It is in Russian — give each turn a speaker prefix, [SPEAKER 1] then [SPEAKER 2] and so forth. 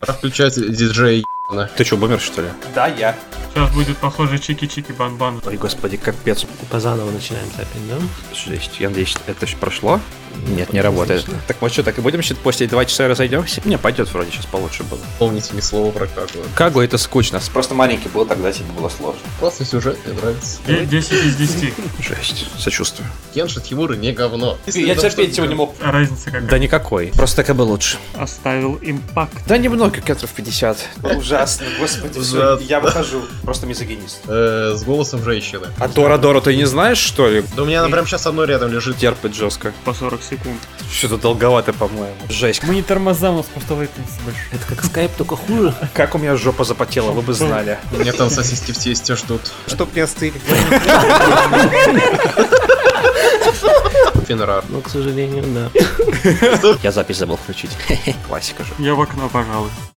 [SPEAKER 1] Пора включать диджей
[SPEAKER 2] Ты что, бумер, что ли?
[SPEAKER 3] Да, я.
[SPEAKER 4] Сейчас будет похоже чики-чики-бан-бан.
[SPEAKER 2] Ой, господи, капец.
[SPEAKER 5] Типа заново начинаем запись, да?
[SPEAKER 2] Жесть, я надеюсь, это ж прошло? Нет, не работает. Так мы что, так и будем считать, после два часа разойдемся? Не, пойдет вроде, сейчас получше было.
[SPEAKER 1] Помните ни слова про Кагуэ.
[SPEAKER 2] Кагу это скучно. с-
[SPEAKER 3] Просто маленький был, тогда тебе было сложно.
[SPEAKER 1] Классный сюжет, мне нравится.
[SPEAKER 4] Де- 10 из 10.
[SPEAKER 2] Жесть, сочувствую.
[SPEAKER 1] Кенши Тьюры не говно.
[SPEAKER 3] я терпеть его не мог.
[SPEAKER 4] А Разница какая?
[SPEAKER 2] Да никакой. Просто так и было лучше.
[SPEAKER 4] Оставил импакт.
[SPEAKER 2] Да немного, кадров 50.
[SPEAKER 3] Ужасно, господи,
[SPEAKER 1] Ужасно.
[SPEAKER 3] все, я выхожу. Просто мизогинист.
[SPEAKER 1] Э, С голосом женщины.
[SPEAKER 2] А Дора Дора ты не знаешь, что ли?
[SPEAKER 1] Да у меня она прямо сейчас со мной рядом лежит.
[SPEAKER 2] Терпит жестко.
[SPEAKER 4] По 40 секунд.
[SPEAKER 2] Что-то долговато, по-моему. Жесть.
[SPEAKER 6] Мы не тормоза, у нас просто лейтенси больше.
[SPEAKER 5] Это как скайп, только хуже.
[SPEAKER 2] Как у меня жопа запотела, вы бы знали.
[SPEAKER 1] У меня там сосиски в тесте ждут.
[SPEAKER 2] Чтоб не остыли.
[SPEAKER 1] Финрар.
[SPEAKER 5] Ну, к сожалению, да.
[SPEAKER 2] Я запись забыл включить. Классика же.
[SPEAKER 4] Я в окно, пожалуй.